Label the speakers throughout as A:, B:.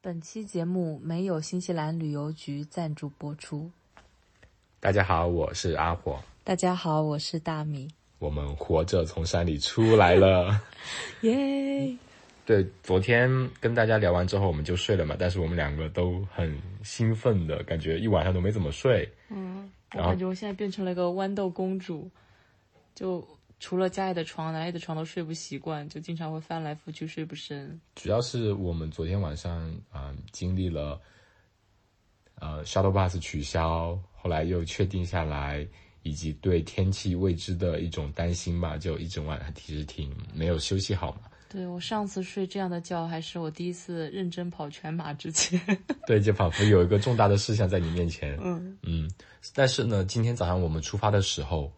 A: 本期节目没有新西兰旅游局赞助播出。
B: 大家好，我是阿火。
A: 大家好，我是大米，
B: 我们活着从山里出来了。
A: 耶、
B: 对，昨天跟大家聊完之后，我们就睡了嘛。但是我们两个都很兴奋的感觉，一晚上都没怎么睡。
A: 嗯我
B: 然后
A: 感觉我现在变成了一个豌豆公主，就除了家里的床，哪里的床都睡不习惯，就经常会翻来覆去睡不深。
B: 主要是我们昨天晚上啊、呃经历了呃 shuttle bus 取消，后来又确定下来，以及对天气未知的一种担心吧，就一整晚其实挺没有休息好嘛。
A: 对我上次睡这样的觉，还是我第一次认真跑全马之前。
B: 对，就仿佛有一个重大的事项在你面前。
A: 嗯
B: 嗯，但是呢，今天早上我们出发的时候，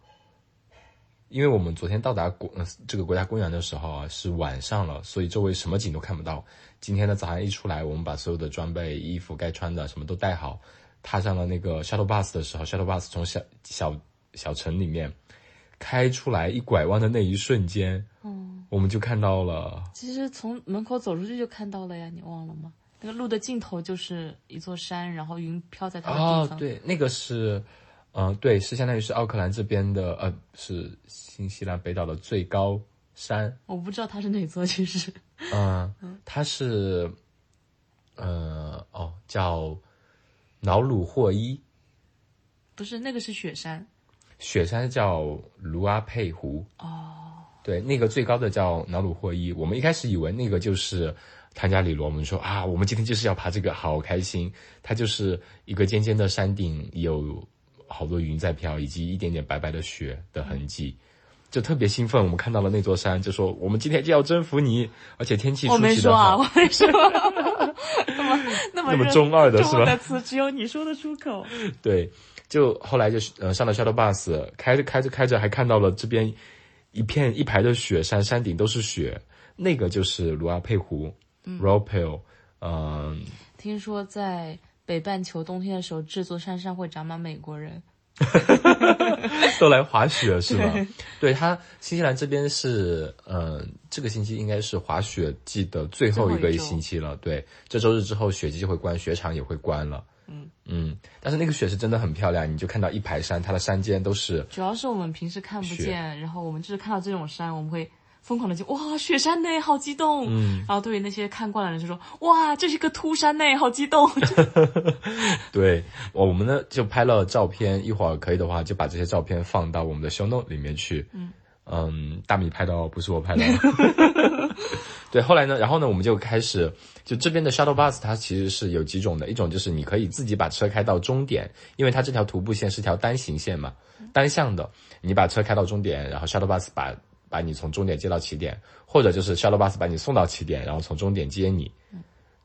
B: 因为我们昨天到达国、呃这个国家公园的时候啊是晚上了，所以周围什么景都看不到。今天的早上一出来，我们把所有的装备、衣服、该穿的什么都带好，踏上了那个 shuttle bus 的时候，shuttle bus 从小小小城里面开出来，一拐弯的那一瞬间，
A: 嗯，
B: 我们就看到了。
A: 其实从门口走出去就看到了呀，你忘了吗？那个路的尽头就是一座山，然后云飘在它的地
B: 哦
A: 方。，，
B: 对，那个是，嗯、对，是相当于是奥克兰这边的，呃，是新西兰北岛的最高山，
A: 我不知道它是哪座，其实。
B: 嗯、它是，呃，哦，叫瑙鲁霍伊，
A: 不是，那个是雪山。
B: 雪山叫卢阿佩湖，
A: 哦，
B: 对，那个最高的叫瑙鲁霍伊。我们一开始以为那个就是汤加里罗，我们说啊，我们今天就是要爬这个，好开心。它就是一个尖尖的山顶，有好多云在飘，以及一点点白白的雪的痕迹，就特别兴奋。我们看到了那座山，就说我们今天就要征服你，而且天气
A: 我
B: 出
A: 没
B: 奇的
A: 说啊，
B: 好。
A: 我没 说。那么那么
B: 那么
A: 热
B: 中二的是吧
A: 中文的词只有你说得出口。
B: 对，就后来就是呃上了 shuttle bus，开着开着开着还看到了这边一片一排的雪山，山顶都是雪，那个就是卢阿佩湖 r o p e l 嗯，
A: 听说在北半球冬天的时候，这座山上会长满美国人。
B: 都来滑雪是吧？ 对，它新西兰这边是，嗯、这个星期应该是滑雪季的最后一个
A: 最后一周
B: 星期了。对，这周日之后雪季就会关，雪场也会关了。嗯嗯，但是那个雪是真的很漂亮，你就看到一排山，它的山间都是
A: 主要是我们平时看不
B: 雪
A: 见，然后我们就是看到这种山，我们会疯狂的就哇雪山呢，好激动。
B: 嗯
A: 然后对于那些看惯了的人就说哇这是个秃山呢，好激动。
B: 对，我们呢就拍了照片，一会儿可以的话就把这些照片放到我们的 show note 里面去。嗯大米拍的哦，不是我拍的哦。 对，后来呢，然后呢，我们就开始，就这边的 shuttle bus 它其实是有几种的，一种就是你可以自己把车开到终点，因为它这条徒步线是条单行线嘛，单向的，你把车开到终点，然后 shuttle bus 把把你从终点接到起点，或者就是 shuttle bus 把你送到起点，然后从终点接你。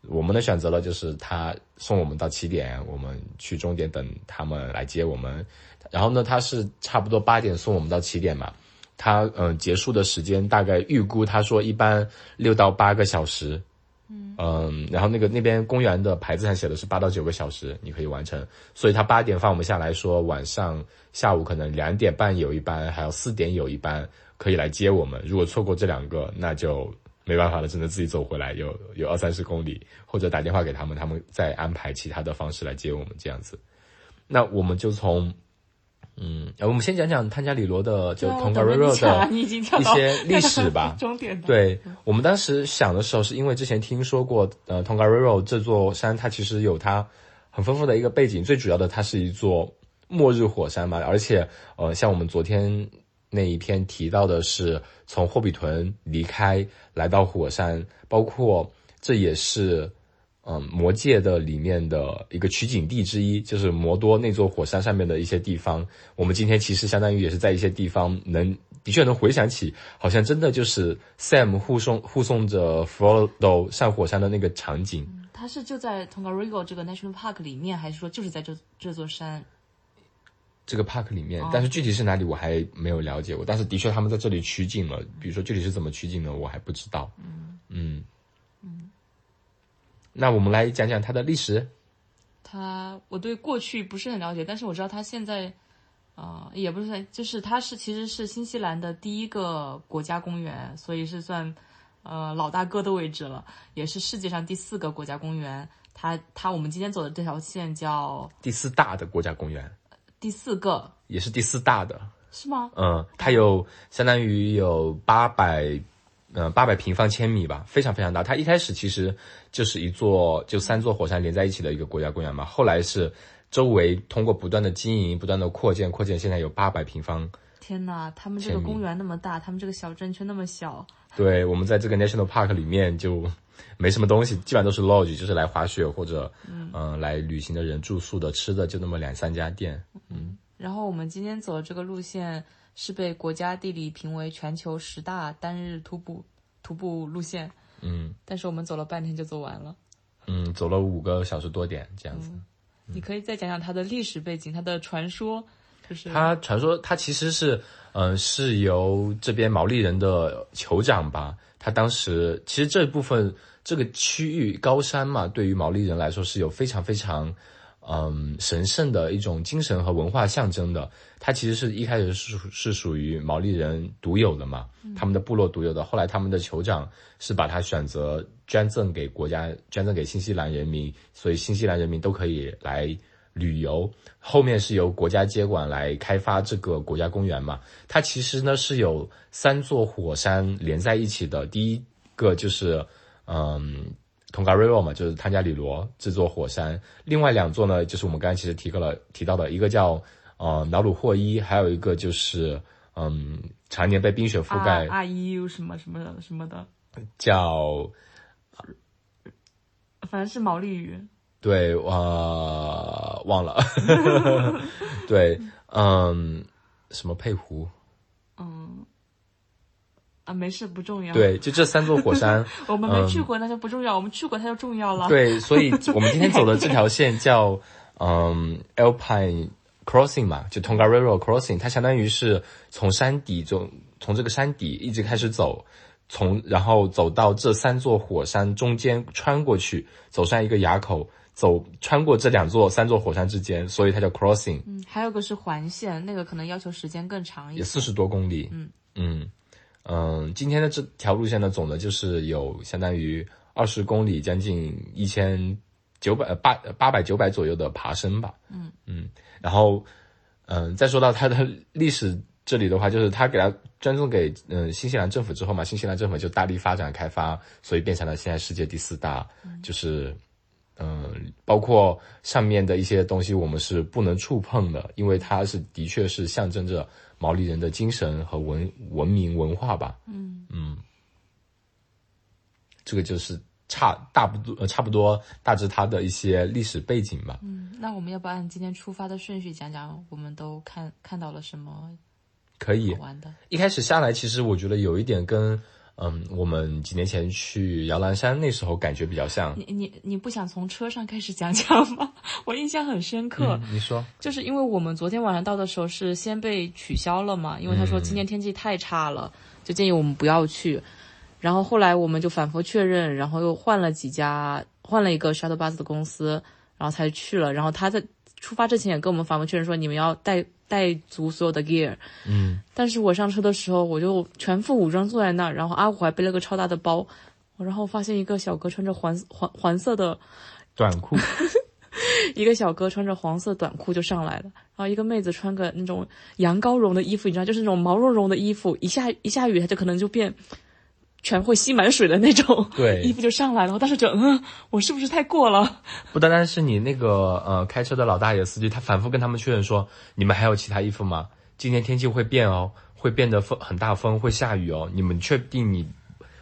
B: 我们的选择了就是他送我们到起点，我们去终点等他们来接我们。然后呢，他是差不多八点送我们到起点嘛。他嗯、呃结束的时间大概预估，他说一般六到八个小时。嗯然后那个那边公园的牌子上写的是八到九个小时，你可以完成。所以他八点放我们下来说，晚上下午可能两点半有一班，还有四点有一班可以来接我们。如果错过这两个，那就没办法了，只能自己走回来，有有二三十公里，或者打电话给他们，他们再安排其他的方式来接我们这样子。那我们就从，嗯，呃我们先讲讲汤加里罗的就
A: 对啊
B: 同
A: 我
B: g a
A: 等
B: r
A: 着
B: r
A: 你
B: o
A: 讲啊
B: 的
A: 你已经跳
B: 一
A: 到
B: 些历 史吧
A: 终点的。
B: 对我们当时想的时候，是因为之前听说过，呃，Tongariro 这座山，它其实有它很丰富的一个背景。最主要的，它是一座末日火山嘛，而且，呃，像我们昨天那一篇提到的是从霍比屯离开来到火山，包括这也是。嗯，魔界的里面的一个取景地之一，就是魔多那座火山上面的一些地方。我们今天其实相当于也是在一些地方能的确能回想起，好像真的就是 Sam 护送护送着 Frodo 上火山的那个场景。
A: 它是就在 Tongariro 这个 National Park 里面，还是说就是在这这座山？
B: 这个 park 里面，但是具体是哪里我还没有了解过。但是的确他们在这里取景了，比如说具体是怎么取景的我还不知道。嗯嗯那我们来讲讲它的历史。
A: 它我对过去不是很了解，但是我知道它现在，呃，也不是，就是它是其实是新西兰的第一个国家公园，所以是算呃老大哥的位置了，也是世界上第四个国家公园。它它我们今天走的这条线叫
B: 第四大的国家公园，
A: 第四个
B: 也是第四大的。
A: 是吗？
B: 嗯，它有相当于有八百，嗯，八百平方千米吧，非常非常大。它一开始其实就是一座就三座火山连在一起的一个国家公园嘛，后来是周围通过不断的经营、不断的扩建、扩建，现在有八百平方。
A: 天哪，他们这个
B: 千米
A: 公园那么大，他们这个小镇却那么小，
B: 对我们在这个 national park 里面就没什么东西，基本上都是 lodge，就是来滑雪或者嗯、呃来旅行的人住宿的，吃的就那么两三家店。
A: 然后我们今天走的这个路线是被国家地理评为全球十大单日徒步徒步路线，
B: 嗯
A: 但是我们走了半天就走完了。
B: 嗯，走了五个小时多点这样子。嗯
A: 你可以再讲讲它的历史背景，它的传说，就是
B: 他传说他其实是，嗯、是由这边毛利人的酋长吧，他当时其实这部分这个区域高山嘛，对于毛利人来说是有非常非常，嗯，神圣的一种精神和文化象征的。它其实是一开始是属是属于毛利人独有的嘛，他们的部落独有的。后来他们的酋长是把它选择捐赠给国家，捐赠给新西兰人民，所以新西兰人民都可以来旅游。后面是由国家接管来开发这个国家公园嘛。它其实呢是有三座火山连在一起的，第一个就是嗯。通嘎瑞罗嘛，就是汤加里罗这座火山，另外两座呢，就是我们刚才其实提过了提到的，一个叫呃瑙鲁霍伊，还有一个就是嗯常年被冰雪覆盖，
A: R E U 什么什么的什么的，
B: 叫
A: 反正是毛利语。
B: 对，呃，忘了， 对，嗯，什么佩湖？
A: 嗯，啊，没事，不重要。，
B: 对，就这三座火山，
A: 我们没去过，那就不重要；我们去过，它就重要了。，
B: 对，所以我们今天走的这条线叫嗯 Alpine Crossing 嘛，就 Tongariro Crossing，它相当于是从山底中从这个山底一直开始走，从然后走到这三座火山中间穿过去，走上一个垭口，走穿过这两座三座火山之间，所以它叫 Crossing，
A: 嗯，还有个是环线，那个可能要求时间更长一
B: 也
A: 点。
B: 四十多公里。嗯嗯嗯，今天的这条路线呢，总的就是有相当于二十公里，将近一千九百呃八八百九百左右的爬升吧。嗯嗯，然后嗯，再说到它的历史这里的话，就是它给它捐赠给嗯新西兰政府之后嘛，新西兰政府就大力发展开发，所以变成了现在世界第四大，就是。嗯，包括上面的一些东西，我们是不能触碰的，因为它是的确是象征着毛利人的精神和文文明文化吧。嗯嗯，这个就是差大不多，呃差不多大致它的一些历史背景吧。
A: 嗯，那我们要不要按今天出发的顺序讲讲，我们都看看到了什么
B: 可以
A: 好，玩的？
B: 一开始下来，其实我觉得有一点跟嗯，我们几年前去摇篮山那时候感觉比较像。
A: 你你你不想从车上开始讲讲吗？ 我印象很深刻。
B: 嗯，你说，
A: 就是因为我们昨天晚上到的时候是先被取消了嘛，因为他说今天天气太差了，就建议我们不要去。然后后来我们就反复确认，然后又换了几家，换了一个 shuttle bus 的公司，然后才去了。然后他在出发之前也跟我们反复确认说，你们要带带足所有的 gear。
B: 嗯，
A: 但是我上车的时候，我就全副武装坐在那儿，然后阿虎还背了个超大的包，我然后发现一个小哥穿着黄黄黄色的
B: 短裤，
A: 一个小哥穿着黄色短裤就上来了，然后一个妹子穿个那种羊羔绒的衣服，你知道，就是那种毛茸茸的衣服，一下一下雨，它就可能就变全会吸满水的那种，
B: 对
A: 衣服就上来了。我当时就，嗯，我是不是太过了？
B: 不单单是你那个呃开车的老大爷司机，他反复跟他们确认说，你们还有其他衣服吗？今天天气会变哦，会变得风很大风，会下雨哦。你们确定你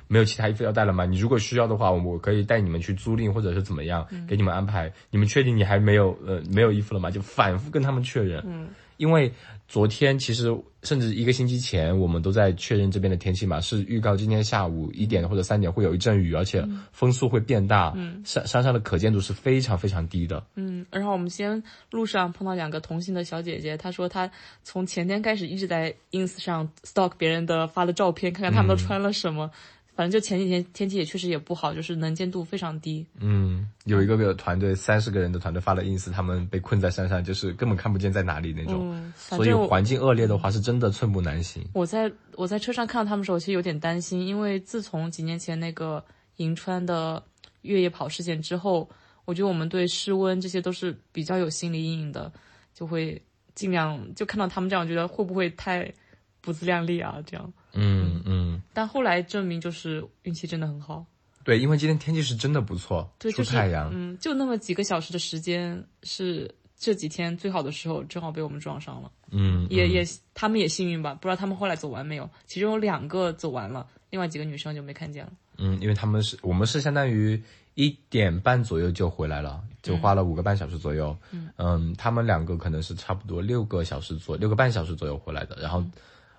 B: 没有其他衣服要带了吗？你如果需要的话，我可以带你们去租赁或者是怎么样，给你们安排。你们确定你还没有呃没有衣服了吗？就反复跟他们确认。嗯，因为昨天其实甚至一个星期前，我们都在确认这边的天气嘛，是预告今天下午一点或者三点会有一阵雨，而且
A: 嗯
B: 风速会变大。嗯，山山上的可见度是非常非常低的。
A: 嗯，然后我们先路上碰到两个同行的小姐姐，她说她从
B: 嗯
A: 前天开始一直在 ins 上 stalk 别人的发的照片，看看他们都穿了什么。反正就前几天天气也确实也不好，就是能见度非常低。
B: 嗯，有一个个团队三十个人的团队发了 ins，他们被困在山上，就是根本看不见在哪里那种。
A: 嗯，反
B: 所以
A: 正我嗯
B: 环境恶劣的话，是真的寸步难行。
A: 我在我在车上看到他们时候，其实有点担心，因为自从几年前那个银川的越野跑事件之后，我觉得我们对室温这些都是比较有心理阴影的，就会尽量就看到他们这样，觉得会不会太不自量力啊？这样，
B: 嗯嗯，
A: 但后来证明就是运气真的很好，
B: 对，因为今天天气是真的不错，
A: 对，
B: 出
A: 就是
B: 太阳。
A: 嗯，就那么几个小时的时间是。这几天最好的时候，正好被我们撞上了，
B: 嗯，嗯
A: 也、也他们也幸运吧，不知道他们后来走完没有。其中有两个走完了，另外几个女生就没看见了。
B: 嗯，因为他们是我们是相当于一点半左右就回来了，就花了五个半小时左右。嗯他们两个可能是差不多六个小时左六个半小时左右回来的，然后，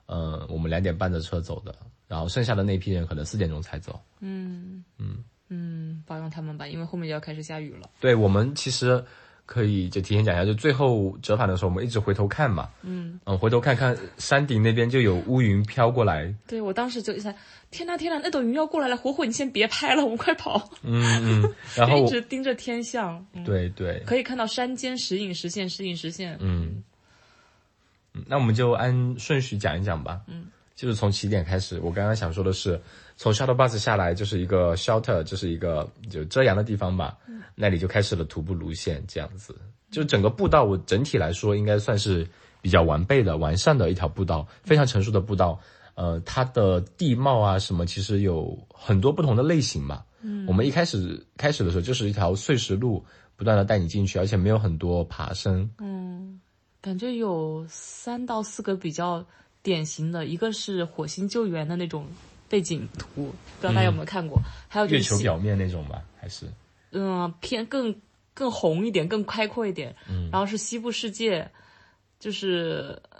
B: 呃，我们两点半的车走的，然后剩下的那批人可能四点钟才走。
A: 嗯，包容他们吧，因为后面就要开始下雨了。
B: 对我们其实可以就提前讲一下，就最后折返的时候，我们一直回头看嘛，嗯回头看看山顶那边就有乌云飘过来，
A: 对我当时就一想，天呐天呐，那朵云要过来了，火火你先别拍了，我们快跑！
B: 嗯嗯，
A: 就
B: 然后
A: 一直盯着天象，嗯
B: 对对，
A: 可以看到山间时隐时现，时隐时现。
B: 嗯，嗯那我们就按顺序讲一讲吧。嗯，就是从起点开始。我刚刚想说的是，从 shuttle bus 下来就是一个 shelter，就是一个就遮阳的地方吧。那里就开始了徒步路线，这样子。就整个步道，我整体来说应该算是比较完备的、完善的一条步道，非常成熟的步道。呃，它的地貌啊什么，其实有很多不同的类型嘛。嗯，我们一开始开始的时候就是一条碎石路，不断的带你进去，而且没有很多爬升。
A: 感觉有三到四个比较典型的，一个是火星救援的那种背景图，不知道大家有没有看过？还有就
B: 嗯月
A: 是
B: 球
A: 西
B: 表面那种吧，还是
A: 嗯、偏更更红一点，更开阔一点。嗯，然后是西部世界，就是呃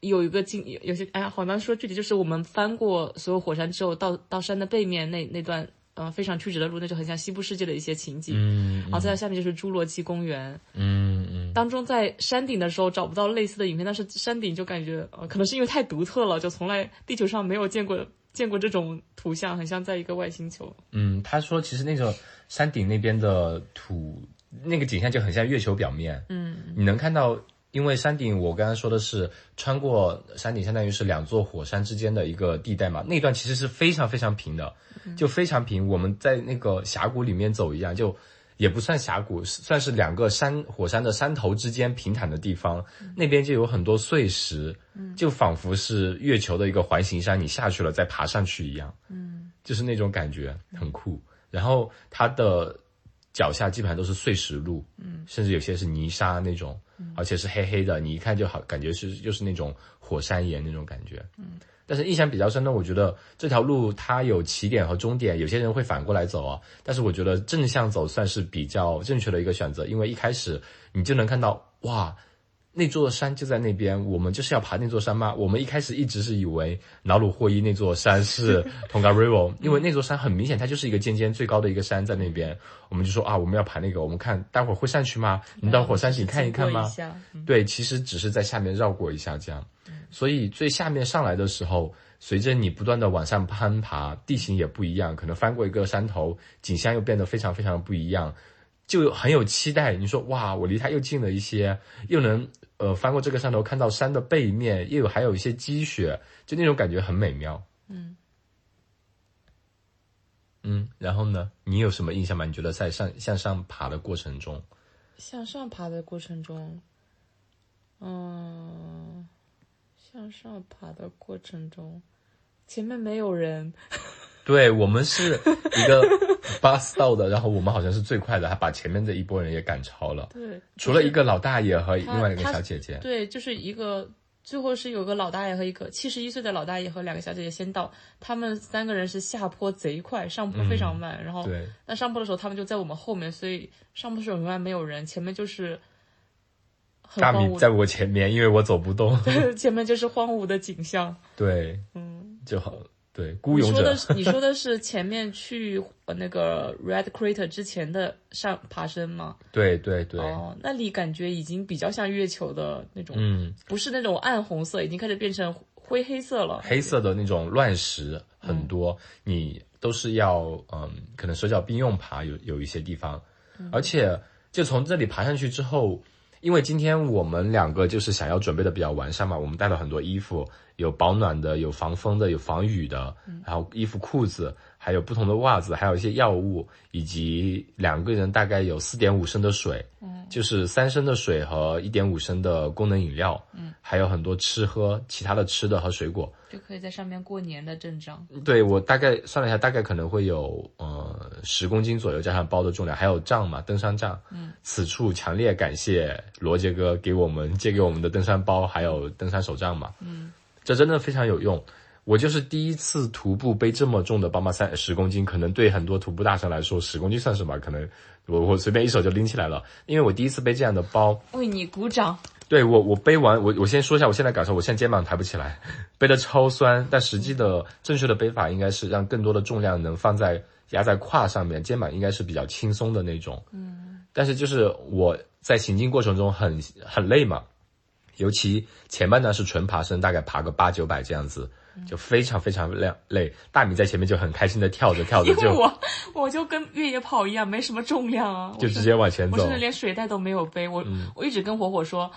A: 有一个经有有些哎呀，好难说具体，就是我们翻过所有火山之后，到到山的背面那那段呃非常曲折的路，那就很像西部世界的一些情景。
B: 嗯
A: 然后再到下面就是侏罗纪公园，
B: 嗯嗯，
A: 当中在山顶的时候找不到类似的影片，但是山顶就感觉呃，可能是因为太独特了，就从来地球上没有见过见过这种图像，很像在一个外星球。
B: 嗯，他说其实那个山顶那边的土那个景象就很像月球表面，嗯，你能看到，因为山顶我刚刚说的是穿过山顶，相当于是两座火山之间的一个地带嘛，那段其实是非常非常平的，就非常平，我们在那个峡谷里面走一样就。也不算峡谷，是算是两个山火山的山头之间平坦的地方，那边就有很多碎石，就仿佛是月球的一个环形山，你下去了再爬上去一样，就是那种感觉很酷。然后它的脚下基本上都是碎石路，嗯，甚至有些是泥沙那种，而且是黑黑的，你一看就好，感觉是就是那种火山岩那种感觉，嗯。但是印象比较深的，我觉得这条路它有起点和终点，有些人会反过来走啊。但是我觉得正向走算是比较正确的一个选择，因为一开始你就能看到，哇，那座山就在那边，我们就是要爬那座山吗？我们一开始一直是以为瑙鲁霍伊那座山是 Tonga River，因为那座山很明显它就是一个尖尖最高的一个山在那边，我们就说啊，我们要爬那个，我们看待会儿会上去吗？你到火山顶看一看吗？
A: 经过一下
B: 对，其实只是在下面绕过一下这样。所以最下面上来的时候，随着你不断的往上攀爬，地形也不一样，可能翻过一个山头，景象又变得非常非常不一样，就很有期待。你说哇，我离它又近了一些，又能呃翻过这个山头，看到山的背面，又有还有一些积雪，就那种感觉很美妙。嗯，然后呢？你有什么印象吗？你觉得在上向上爬的过程中，
A: 向上爬的过程中，嗯，向上爬的过程中，前面没有人，
B: 对我们是一个 bus 到的，然后我们好像是最快的，还把前面这一波人也赶超了，
A: 对，
B: 除了一个老大爷和
A: 他
B: 另外一个
A: 他
B: 小姐姐。
A: 对，就是一个最后是有个老大爷和一个七十一岁的老大爷和两个小姐姐先到，他们三个人是下坡贼快，上坡非常慢，然后
B: 对，
A: 那上坡的时候他们就在我们后面，所以上坡是永远没有人，前面就是很
B: 大
A: 荒
B: 米
A: 芜
B: 在我前面，因为我走不动。
A: 的， 前面就是荒芜的景象。
B: 对，
A: 嗯，
B: 就好，对，孤
A: 你
B: 勇
A: 说
B: 者
A: 的。是你说的是前面去呃那个 Red Crater 之前的上爬升吗？
B: 对对对，
A: 哦，那里感觉已经比较像月球的那种，
B: 嗯，
A: 不是那种暗红色，已经开始变成灰黑色了，
B: 黑色的那种乱石很多，你都是要嗯，可能手脚并用爬，有有一些地方，而且就从这里爬上去之后，因为今天我们两个就是想要准备的比较完善嘛，我们带了很多衣服，有保暖的，有防风的，有防雨的，然后衣服、裤子，还有不同的袜子，还有一些药物，以及两个人大概有四点五升的水，就是三升的水和一点五升的功能饮料，嗯，还有很多吃喝，其他的吃的和水果。
A: 就可以在上面过年的阵仗。
B: 对我大概算了一下，大概可能会有呃十公斤左右，加上包的重量，还有杖嘛，登山杖。嗯，此处强烈感谢罗杰哥给我们借给我们的登山包，还有登山手杖嘛。嗯，这真的非常有用。我就是第一次徒步背这么重的包嘛，三十公斤，可能对很多徒步大神来说，十公斤算什么？可能我我随便一手就拎起来了，因为我第一次背这样的包，
A: 为你鼓掌，
B: 对我，我背完，我我先说一下我现在感受，我现在肩膀抬不起来，背的超酸。但实际的正确的背法应该是让更多的重量能放在压在胯上面，肩膀应该是比较轻松的那种。嗯，但是就是我在行进过程中很很累嘛，尤其前半段是纯爬升，大概爬个八九百这样子，
A: 嗯
B: 就非常非常累累。大米在前面就很开心的跳着跳着
A: 因为
B: 就
A: 我我就跟越野跑一样，没什么重量啊，
B: 就
A: 我
B: 直
A: 是
B: 接嗯往前
A: 我
B: 走
A: 甚。至连水袋都没有背，我、我一直跟火火说。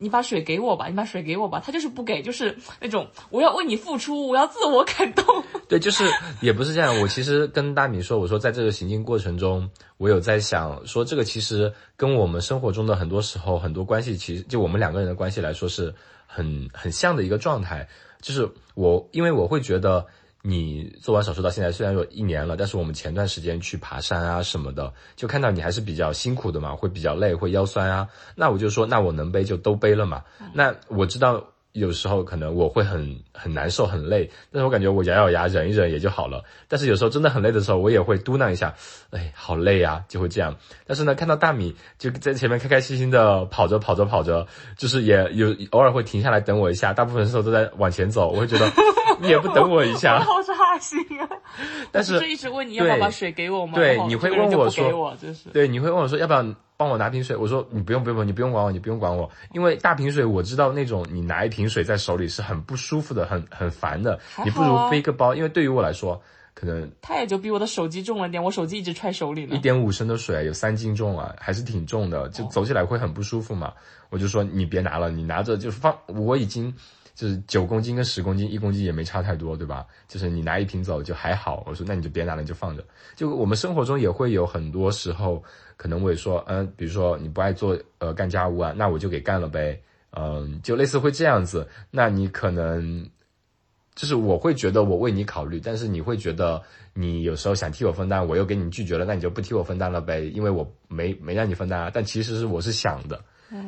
A: 你把水给我吧，你把水给我吧，他就是不给，就是那种我要为你付出，我要自我感动。
B: 对，就是也不是这样。我其实跟大米说，我说在这个行进过程中，我有在想说，这个其实跟我们生活中的很多时候很多关系，其实就我们两个人的关系来说是很很像的一个状态。就是我，因为我会觉得你做完手术到现在虽然有一年了，但是我们前段时间去爬山啊什么的，就看到你还是比较辛苦的嘛，会比较累，会腰酸啊。那我就说，那我能背就都背了嘛。那我知道有时候可能我会很很难受、很累，但是我感觉我咬咬牙忍一忍也就好了。但是有时候真的很累的时候，我也会嘟囔一下，哎，好累啊，就会这样。但是呢，看到大米就在前面开开心心的跑着跑着跑着，就是也有偶尔会停下来等我一下，大部分时候都在往前走，我会觉得 你也不等我一
A: 我
B: 下，
A: 好扎心啊！
B: 但
A: 就是一直问你要不要
B: 对
A: 把水给我吗？
B: 对
A: 然后
B: 你会
A: 这个人
B: 问
A: 就不
B: 我说
A: 给我就是
B: 对，你会问我说要不要帮我拿瓶水？我说你不用不用不用，你不用管我，你不用管我，因为大瓶水我知道那种你拿一瓶水在手里是很不舒服的，很很烦的
A: 还好啊。
B: 你不如背个包，因为对于我来说，可能
A: 他也就比我的手机重了点，我手机一直揣手里
B: 一
A: 呢。
B: 点五升的水有三斤重啊，还是挺重的，就走起来会很不舒服嘛。我就说你别拿了，你拿着就放，我已经。就是九公斤跟十公斤、一公斤也没差太多，对吧？就是你拿一瓶走就还好。我说那你就别拿了，你就放着。就我们生活中也会有很多时候，可能我也说，嗯、比如说你不爱做呃干家务啊，那我就给干了呗，嗯、就类似会这样子。那你可能就是我会觉得我为你考虑，但是你会觉得你有时候想替我分担，我又给你拒绝了，那你就不替我分担了呗，因为我没没让你分担啊。但其实是我是想的，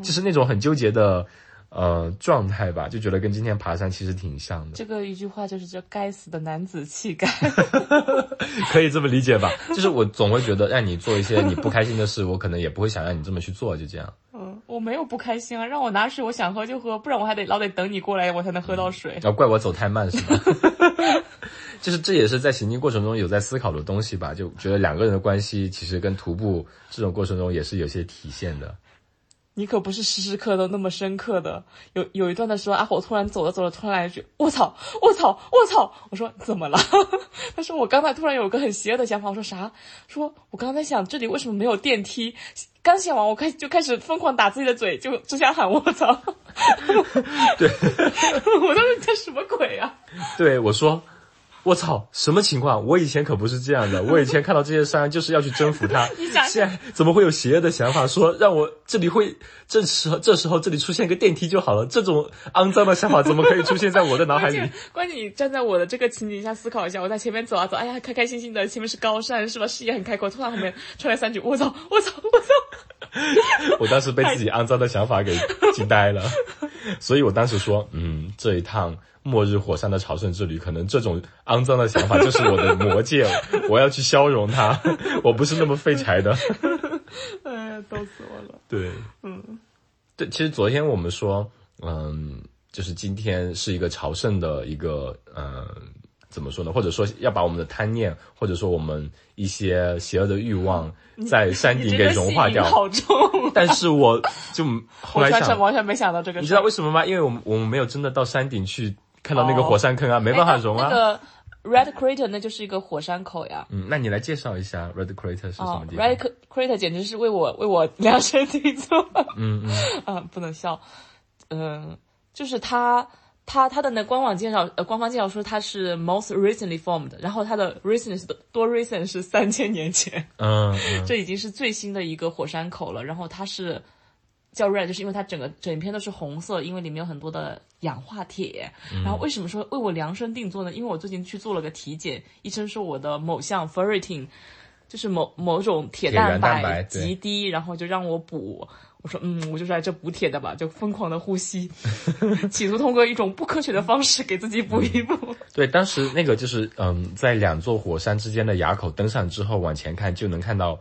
B: 就是那种很纠结的。呃，状态吧，就觉得跟今天爬山其实挺像的，
A: 这个一句话就是这该死的男子气概。
B: 可以这么理解吧？就是我总会觉得让你做一些你不开心的事，我可能也不会想让你这么去做，就这样。
A: 嗯， 我没有不开心啊，让我拿水，我想喝就喝，不然我还得老得等你过来，我才能喝到水。
B: 要啊怪我走太慢是吧？ 就是这也是在行进过程中有在思考的东西吧，就觉得两个人的关系其实跟徒步这种过程中也是有些体现的。
A: 你可不是时时刻都那么深刻的。有有一段的时候，阿火突然走着走着，突然来一句：“我操，我操，我操！”我说：“怎么了？” 他说：“我刚才突然有个很邪恶的想法。”我说：“啥？”说：“我刚才想这里为什么没有电梯？”刚想完，我开就开始疯狂打自己的嘴，就只想喊“我操”。对， 我当时这什么鬼啊？
B: 对我说：“我操，什么情况？我以前可不是这样的，我以前看到这些山就是要去征服 它
A: 想。
B: 现在怎么会有邪恶的想法说让我这里会这时候这时候这里出现一个电梯就好了？这种肮脏的想法怎么可以出现在我的脑海
A: 关
B: 里？”
A: 键关键，你站在我的这个情景下思考一下，我在前面走啊走，哎呀，开开心心的，前面是高山是吧？视野很开阔，突然后面传来三句：“我操， 我操，我操！”
B: 我当时被自己肮脏的想法给惊呆了，所以我当时说，嗯，这一趟末日火山的朝圣之旅，可能这种肮脏的想法就是我的魔戒， 我要去消融它，我不是那么废柴的。
A: 哎呀，逗死我 了！
B: 对，嗯，对，其实昨天我们说，嗯，就是今天是一个朝圣的一个，嗯，怎么说呢？或者说要把我们的贪念，或者说我们一些邪恶的欲望，在山
A: 嗯你
B: 顶
A: 这
B: 给
A: 个
B: 融化
A: 吸引
B: 掉。
A: 好重。啊
B: 但是我就后
A: 我
B: 来
A: 完
B: 想
A: 全，完全没想到这个
B: 你
A: 事，
B: 知道为什么吗？因为我们我们没有真的到山顶去看到那个火山坑啊，没办法融
A: 哦
B: 啊。
A: 哎那个 Red Crater 那就是一个火山口呀。
B: 嗯，那你来介绍一下 Red Crater 是什
A: 哦
B: 么地方？
A: ，Red Crater 简直是为我为我量身定做。
B: 嗯嗯
A: 啊，不能笑。嗯，就是它，它它的那官网介绍，呃，官方介绍说它是 most recently formed，然后它的 recent 是多 recent 是三千年前，
B: 嗯嗯
A: 这已经是最新的一个火山口了。然后它是叫 red，就是因为它整个整篇都是红色，因为里面有很多的氧化铁。然后为什么说为我量身定做呢？因为我最近去做了个体检，医生说我的某项 ferritin。就是某某种铁
B: 铁原
A: 蛋
B: 蛋白对
A: 极低，然后就让我补，我说嗯，我就是来这补铁的吧，就疯狂的呼吸， 企图通过一种不科学的方式给自己补一补。
B: 对，当时那个就是嗯，在两座火山之间的垭口登上之后，往前看就能看到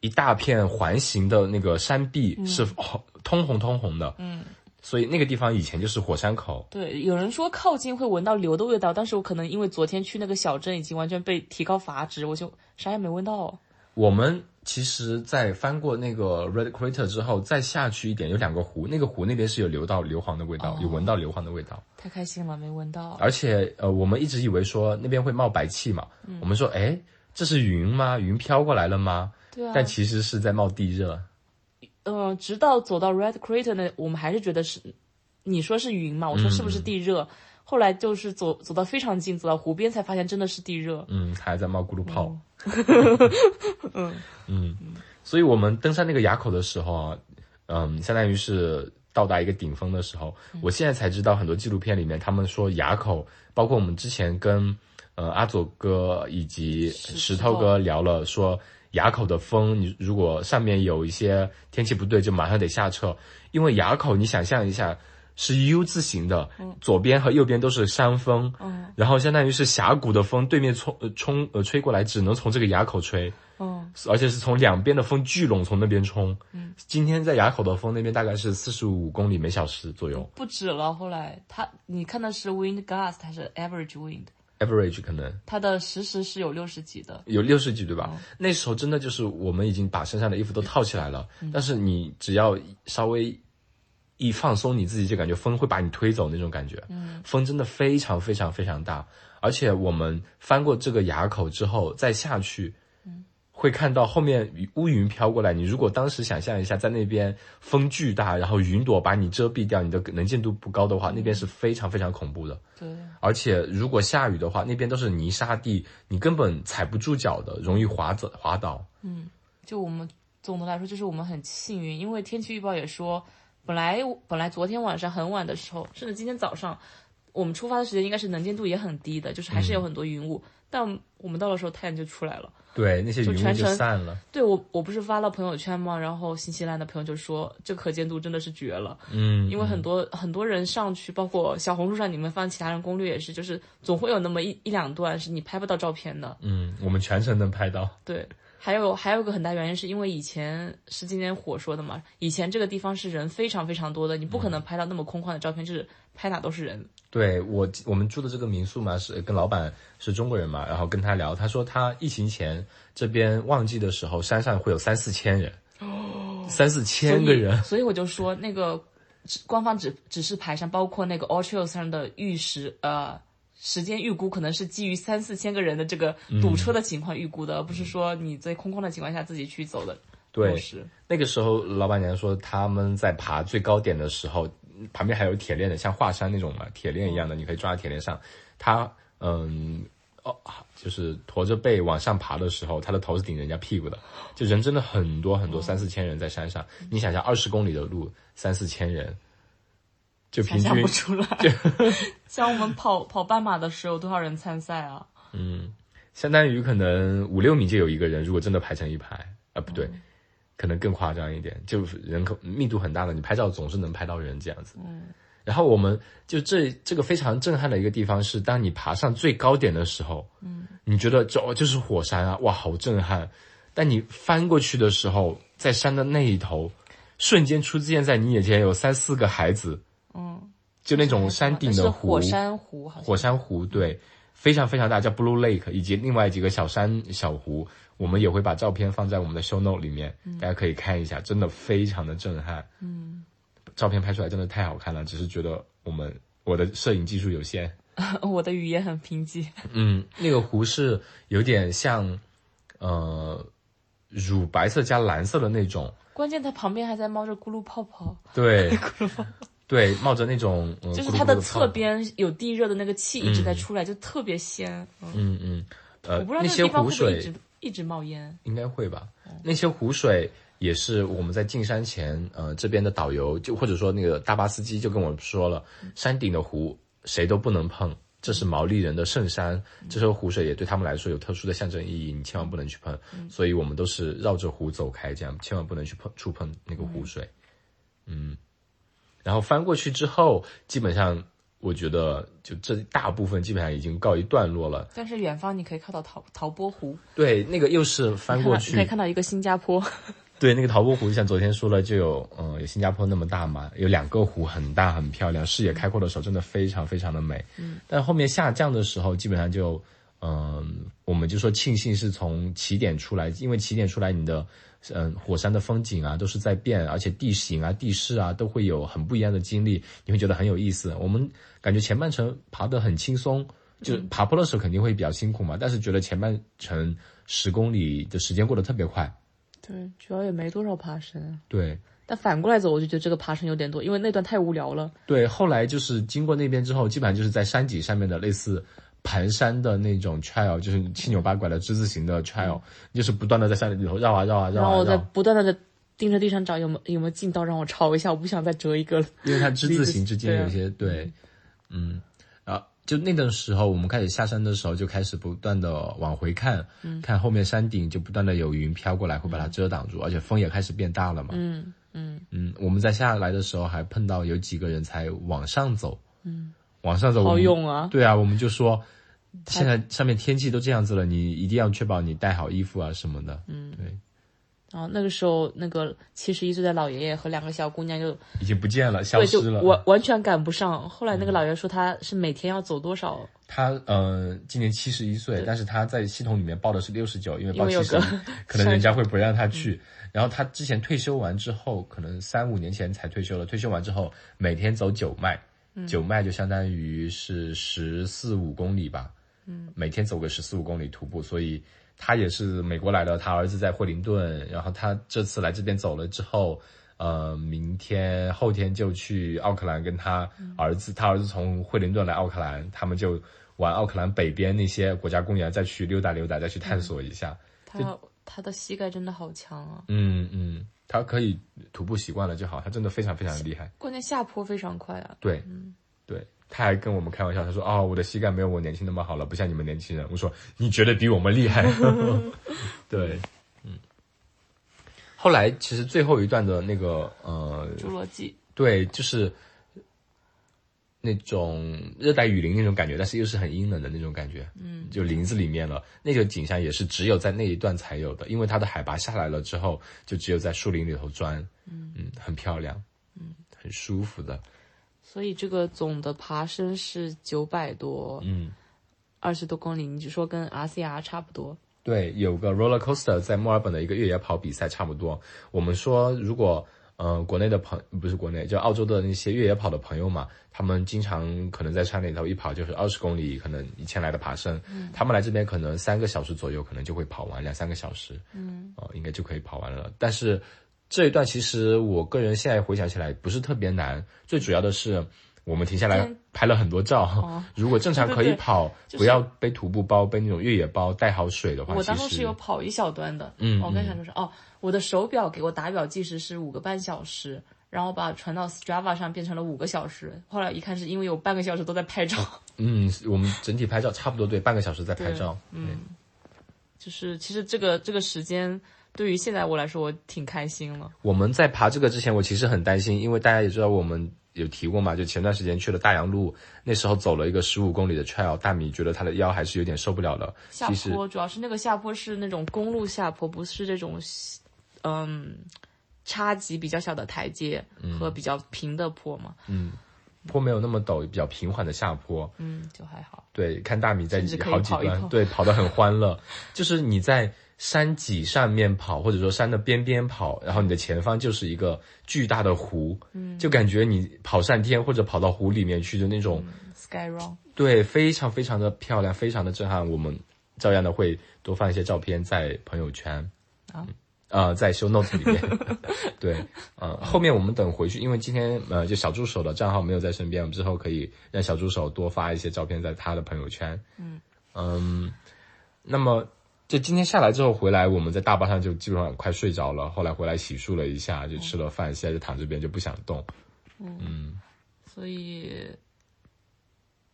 B: 一大片环形的那个山壁
A: 嗯
B: 是红、通红通红的，嗯，所以那个地方以前就是火山口，
A: 对，有人说靠近会闻到硫的味道，但是我可能因为昨天去那个小镇已经完全被提高阀值，我就啥也没闻到。
B: 我们其实，在翻过那个 Red Crater 之后，再下去一点有两个湖，那个湖那边是有流到硫磺的味道，
A: 哦
B: 有闻到硫磺的味道。
A: 太开心了，没闻到。
B: 而且呃，我们一直以为说那边会冒白气嘛，
A: 嗯
B: 我们说哎，这是云吗？云飘过来了吗？
A: 对啊
B: 但其实是在冒地热。
A: 嗯、直到走到 Red Crater 那，我们还是觉得是，你说是云嘛，我说是不是
B: 嗯
A: 地热？后来就是走走到非常近，走到湖边才发现真的是地热。
B: 嗯，还在冒咕噜泡。 嗯所以我们登上那个垭口的时候啊，嗯，相当于是到达一个顶峰的时候。我现在才知道，很多纪录片里面他们说垭口，包括我们之前跟呃阿佐哥以及石头哥聊了，说垭口的风，你如果上面有一些天气不对，就马上得下撤，因为垭口你想象一下。是 U 字形的，左边和右边都是山峰，然后相当于是峡谷的风，对面冲呃冲呃吹过来，只能从这个垭口吹，
A: 嗯，
B: 而且是从两边的风聚拢从那边冲。嗯，今天在垭口的风那边大概是四十五公里每小时左右
A: 不止了。后来它，你看的是 wind gust 还是 average wind？
B: ，average 可能
A: 它的实时是有六十几的。
B: 有六十几对吧？那时候真的就是我们已经把身上的衣服都套起来了，但是你只要稍微一放松你自己，就感觉风会把你推走那种感觉。嗯，风真的非常非常非常大，而且我们翻过这个垭口之后再下去。会看到后面乌云飘过来，你如果当时想象一下，在那边风巨大，然后云朵把你遮蔽掉，你的能见度不高的话，那边是非常非常恐怖的。
A: 对，
B: 而且如果下雨的话，那边都是泥沙地，你根本踩不住脚的，容易滑走滑倒。
A: 就我们总的来说，就是我们很幸运，因为天气预报也说，本来本来昨天晚上很晚的时候，甚至今天早上，我们出发的时间应该是能见度也很低的，就是还是
B: 嗯
A: 有很多云雾，但我们到的时候太阳就出来了。
B: 对，那些
A: 就
B: 云雾
A: 全
B: 就
A: 程
B: 散了。
A: 对我，我不是发了朋友圈吗？然后新西兰的朋友就说，这可见度真的是绝了，
B: 嗯，
A: 因为很多、很多人上去，包括小红书上你们翻其他人攻略也是，就是总会有那么一一两段是你拍不到照片的。
B: 嗯，我们全程能拍到。
A: 对，还有还有个很大原因是因为以前是今年火说的嘛，以前这个地方是人非常非常多的，你不可
B: 嗯
A: 能拍到那么空旷的照片，就是拍哪都是人。
B: 对我，我们住的这个民宿嘛，是跟老板是中国人嘛，然后跟他聊，他说他疫情前这边旺季的时候，山上会有三四千人，
A: 哦
B: 三四千个人。
A: 所以我就说那个只官方指指示牌上，包括那个 All Trails 上的预时呃。时间预估可能是基于三四千个人的这个
B: 嗯
A: 堵车的情况预估的，而不是说你在空旷的情况下自己去走的
B: 对
A: 路是
B: 那个时候，老板娘说他们在爬最高点的时候，嗯旁边还有铁链的，像华山那种嘛，铁链一样
A: 嗯
B: 的，你可以抓在铁链上。他嗯哦，就是驼着背往上爬的时候，他的头是顶人家屁股的，就人真的很
A: 嗯
B: 多很多，三四千人在山上。你想想，二十公里的路，三四千人，就
A: 想
B: 平
A: 象
B: 均
A: 不出来。 像我们跑跑半马的时候，多少人参赛啊？
B: 相当于可能五六米就有一个人，如果真的排成一排啊，不
A: 嗯
B: 对，可能更夸张一点，就是人口密度很大的，你拍照总是能拍到人这样子。嗯。然后我们就这这个非常震撼的一个地方是，当你爬上最高点的时候，嗯，你觉得这哦就是火山啊，哇，好震撼！但你翻过去的时候，在山的那一头，瞬间出现在你眼前有三四个孩子，
A: 嗯，
B: 就那种山顶
A: 那
B: 的
A: 是
B: 湖，
A: 火山湖，好像
B: 火山湖，对，非常非常大，叫 Blue Lake，以及另外几个小山小湖，我们也会把照片放在我们的 show note 里面，
A: 嗯
B: 大家可以看一下，真的非常的震撼。嗯，照片拍出来真的太好看了，只是觉得我们我的摄影技术有限。
A: 我的语言很贫瘠。
B: 嗯，那个湖是有点像，呃，乳白色加蓝色的那种，
A: 关键它旁边还在冒着咕噜泡泡，
B: 对
A: 咕噜泡泡
B: 对，冒着那种、呃、
A: 就是
B: 哦咕噜
A: 它
B: 咕噜
A: 的
B: 泡
A: 侧，边有地热的那个气一直在出来，就特别鲜。嗯
B: 嗯嗯，呃，
A: 我不知道那
B: 那些
A: 个地方
B: 湖
A: 会不会一
B: 水
A: 直一直冒烟。
B: 应该会吧？那些湖水也是我们在进山前，呃，这边的导游就或者说那个大巴司机就跟我说了，山顶的湖谁都不能碰，这是毛利人的圣山，这时候湖水也对他们来说有特殊的象征意义，你千万不能去碰。所以我们都是绕着湖走开，这样千万不能去碰触碰那个湖水。嗯，然后翻过去之后，基本上我觉得就这大部分基本上已经告一段落了。
A: 但是远方你可以看到陶陶波湖，
B: 对，那个又是翻
A: 看
B: 过
A: 到你
B: 去，
A: 可以看到一个新加坡。
B: 对，那个陶波湖，像昨天说了，就有嗯、呃有新加坡那么大嘛，有两个湖很大很漂亮，视野开阔的时候真的非常非常的美。嗯，但后面下降的时候，基本上就嗯、我们就说庆幸是从起点出来，因为起点出来你的嗯、火山的风景啊都是在变，而且地形啊地势啊都会有很不一样的经历，你会觉得很有意思。我们感觉前半程爬得很轻松。就爬坡的时候肯定会比较辛苦嘛，但是觉得前半程十公里的时间过得特别快，
A: 对，主要也没多少爬升。
B: 对，
A: 但反过来走，我就觉得这个爬升有点多，因为那段太无聊了。
B: 对，后来就是经过那边之后，基本上就是在山脊上面的类似盘山的那种 trail，就是七扭八拐的之字形的 trail，、就是不断的在山里头绕啊绕啊绕
A: 然后
B: 啊
A: 我在
B: 绕，
A: 不断的盯着地上找有没有没有劲道让我抄一下，我不想再折一个了。
B: 因为它之字形之间有
A: 离
B: 一些对，嗯，然后就那段时候，我们开始下山的时候，就开始不断的往回看，
A: 嗯
B: 看后面山顶就不断的有云飘过来，会把它遮挡住，而且风也开始变大了嘛，
A: 嗯嗯，
B: 嗯，我们在下来的时候还碰到有几个人才往上走，嗯，往上走我
A: 好
B: 们
A: 用啊！
B: 对啊，我们就说，现在上面天气都这样子了，你一定要确保你带好衣服啊什么的。嗯，对，
A: 然后那个时候，那个七十一岁的老爷爷和两个小姑娘就
B: 已经不见了，消
A: 对，就
B: 失了嗯
A: 完。完全赶不上。后来那个老爷说他是每天要走多少，
B: 他呃，今年七十一岁，但是他在系统里面报的是六十九，因为
A: 因
B: 报
A: 为
B: 七
A: 有
B: 十
A: 个，
B: 可能人家会不让他去。然后他之前退休完之后，可能三五年前才退休了，退休完之后每天走九迈，九迈就相当于是十四五公里吧。每天走个十四五公里徒步，所以他也是美国来的，他儿子在惠灵顿，然后他这次来这边走了之后，呃，明天后天就去奥克兰跟他儿子，他儿子从惠灵顿来奥克兰，他们就玩奥克兰北边那些国家公园，再去溜达溜达，再去探索一下。
A: 他他的膝盖真的好强啊！
B: 嗯嗯，他可以徒步习惯了就好，他真的非常非常厉害。
A: 关键下坡非常快啊！
B: 对，对，他还跟我们开玩笑，他说：“哦，我的膝盖没有我年轻那么好了，不像你们年轻人。”我说：“你觉得比我们厉害？” 对，嗯。后来其实最后一段的那个呃，
A: 侏罗纪，
B: 对，就是那种热带雨林那种感觉，但是又是很阴冷的那种感觉。嗯，就林子里面了，那个景象也是只有在那一段才有的，因为它的海拔下来了之后，就只有在树林里头钻。嗯很漂亮，嗯，很舒服的。
A: 所以这个总的爬升是九百多，
B: 嗯，
A: 二十多公里，你就说跟 RCR 差不多。
B: 对，有个 roller coaster 在墨尔本的一个越野跑比赛差不多。我们说，如果呃国内的朋不是国内，就澳洲的那些越野跑的朋友嘛，他们经常可能在山里头一跑就是二十公里，可能以前来的爬升，
A: 嗯
B: 他们来这边可能三个小时左右，可能就会跑完两三个小时，嗯，呃，应该就可以跑完了。但是这一段其实我个人现在回想起来不是特别难，最主要的是。我们停下来
A: 嗯
B: 拍了很多照。如果正
A: 哦
B: 常
A: 对
B: 可
A: 对
B: 以
A: 对
B: 跑，
A: 就是
B: 不要背徒步包，背那种越野包，带好水的话，
A: 我当
B: 其
A: 时
B: 实
A: 是有跑一小段的，
B: 嗯
A: 我刚想说是哦，我的手表给我打表计时是五个半小时，然后把传到 Strava 上变成了五个小时，后来一看是因为有半个小时都在拍照，
B: 嗯，我们整体拍照差不多对，半个小时在拍照。嗯，
A: 就是其实这个这个时间对于现在我来说我挺开心了，
B: 我们在爬这个之前，我其实很担心，因为大家也知道我们有提过嘛，就前段时间去了大洋路，那时候走了一个十五公里的 trail，大米觉得他的腰还是有点受不了了。
A: 下
B: 其实
A: 坡主要是那个下坡是那种公路下坡，不是这种嗯差级比较小的台阶和比较平的坡嘛，
B: 嗯，坡没有那么陡，比较平缓的下坡。
A: 嗯，就还好。
B: 对，看大米在
A: 甚至可以
B: 好几
A: 跑一
B: 段，
A: 跑
B: 对，跑得很欢乐。就是你在山脊上面跑，或者说山的边边跑，然后你的前方就是一个巨大的湖，嗯，就感觉你跑上天或者跑到湖里面去的那种，
A: 嗯 Sky Run，
B: 对，非常非常的漂亮，非常的震撼。我们照样的会多放一些照片在朋友圈
A: 啊。
B: 呃，在 show notes 里面，对，呃，后面我们等回去，因为今天呃，就小助手的账号没有在身边，我们之后可以让小助手多发一些照片在他的朋友圈。嗯那么就今天下来之后回来，我们在大巴上就基本上快睡着了，后来回来洗漱了一下，就吃了饭，现在就躺这边就不想动。
A: 所以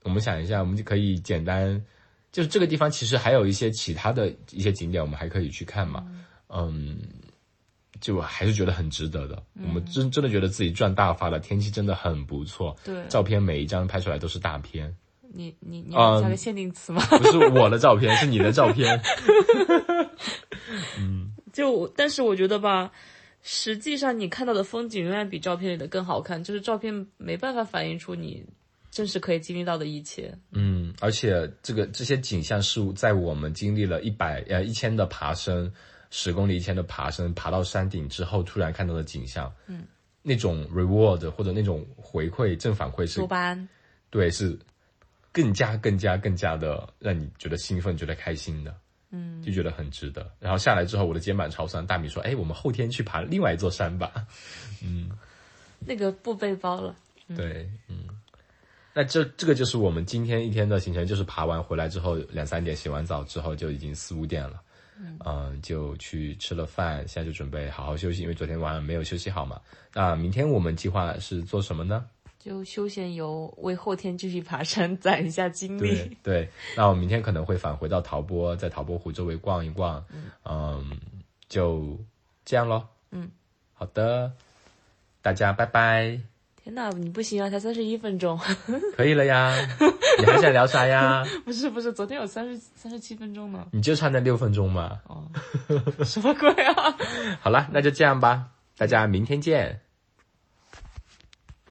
B: 我们想一下，我们就可以简单，就是这个地方其实还有一些其他的一些景点，我们还可以去看嘛。嗯，就还是觉得很值得的。我们真真的觉得自己赚大发了，天气真的很不错，
A: 对
B: 照片每一张拍出来都是大片，
A: 你你
B: 嗯
A: 你要加个限定词吗？
B: 不是我的照片，是你的照片。
A: 就我但是我觉得吧，实际上你看到的风景永远比照片里的更好看，就是照片没办法反映出你真实可以经历到的一切。
B: 嗯，而且这个这些景象是在我们经历了一百呃一千的爬升，十公里一千的爬升，爬到山顶之后突然看到的景象，嗯，那种 reward 或者那种回馈正反馈是
A: 多巴胺，
B: 对是更加更加更加的让你觉得兴奋，觉得开心的，嗯，就觉得很值得。然后下来之后，我的肩膀超酸，大米说：“哎，我们后天去爬另外一座山吧。”
A: 那个不背包了。
B: 对，嗯，那这这个就是我们今天一天的行程，就是爬完回来之后两三点洗完澡之后就已经四五点了，嗯、就去吃了饭，现在就准备好好休息，因为昨天晚上没有休息好嘛。那明天我们计划是做什么 呢？
A: 就休闲游，为后天继续爬山攒一下精力
B: 对。对，那我明天可能会返回到陶波，在陶波湖周围逛一逛，嗯就这样咯。嗯，好的，大家拜拜，
A: 天呐，你不行啊，才三十一分钟，
B: 可以了 呀，你还想聊啥呀？
A: 不是不是，昨天有三十三十七分钟呢。
B: 你就差那六分钟嘛。
A: 哦，什么鬼啊？
B: 好了，那就这样吧，大家明天见，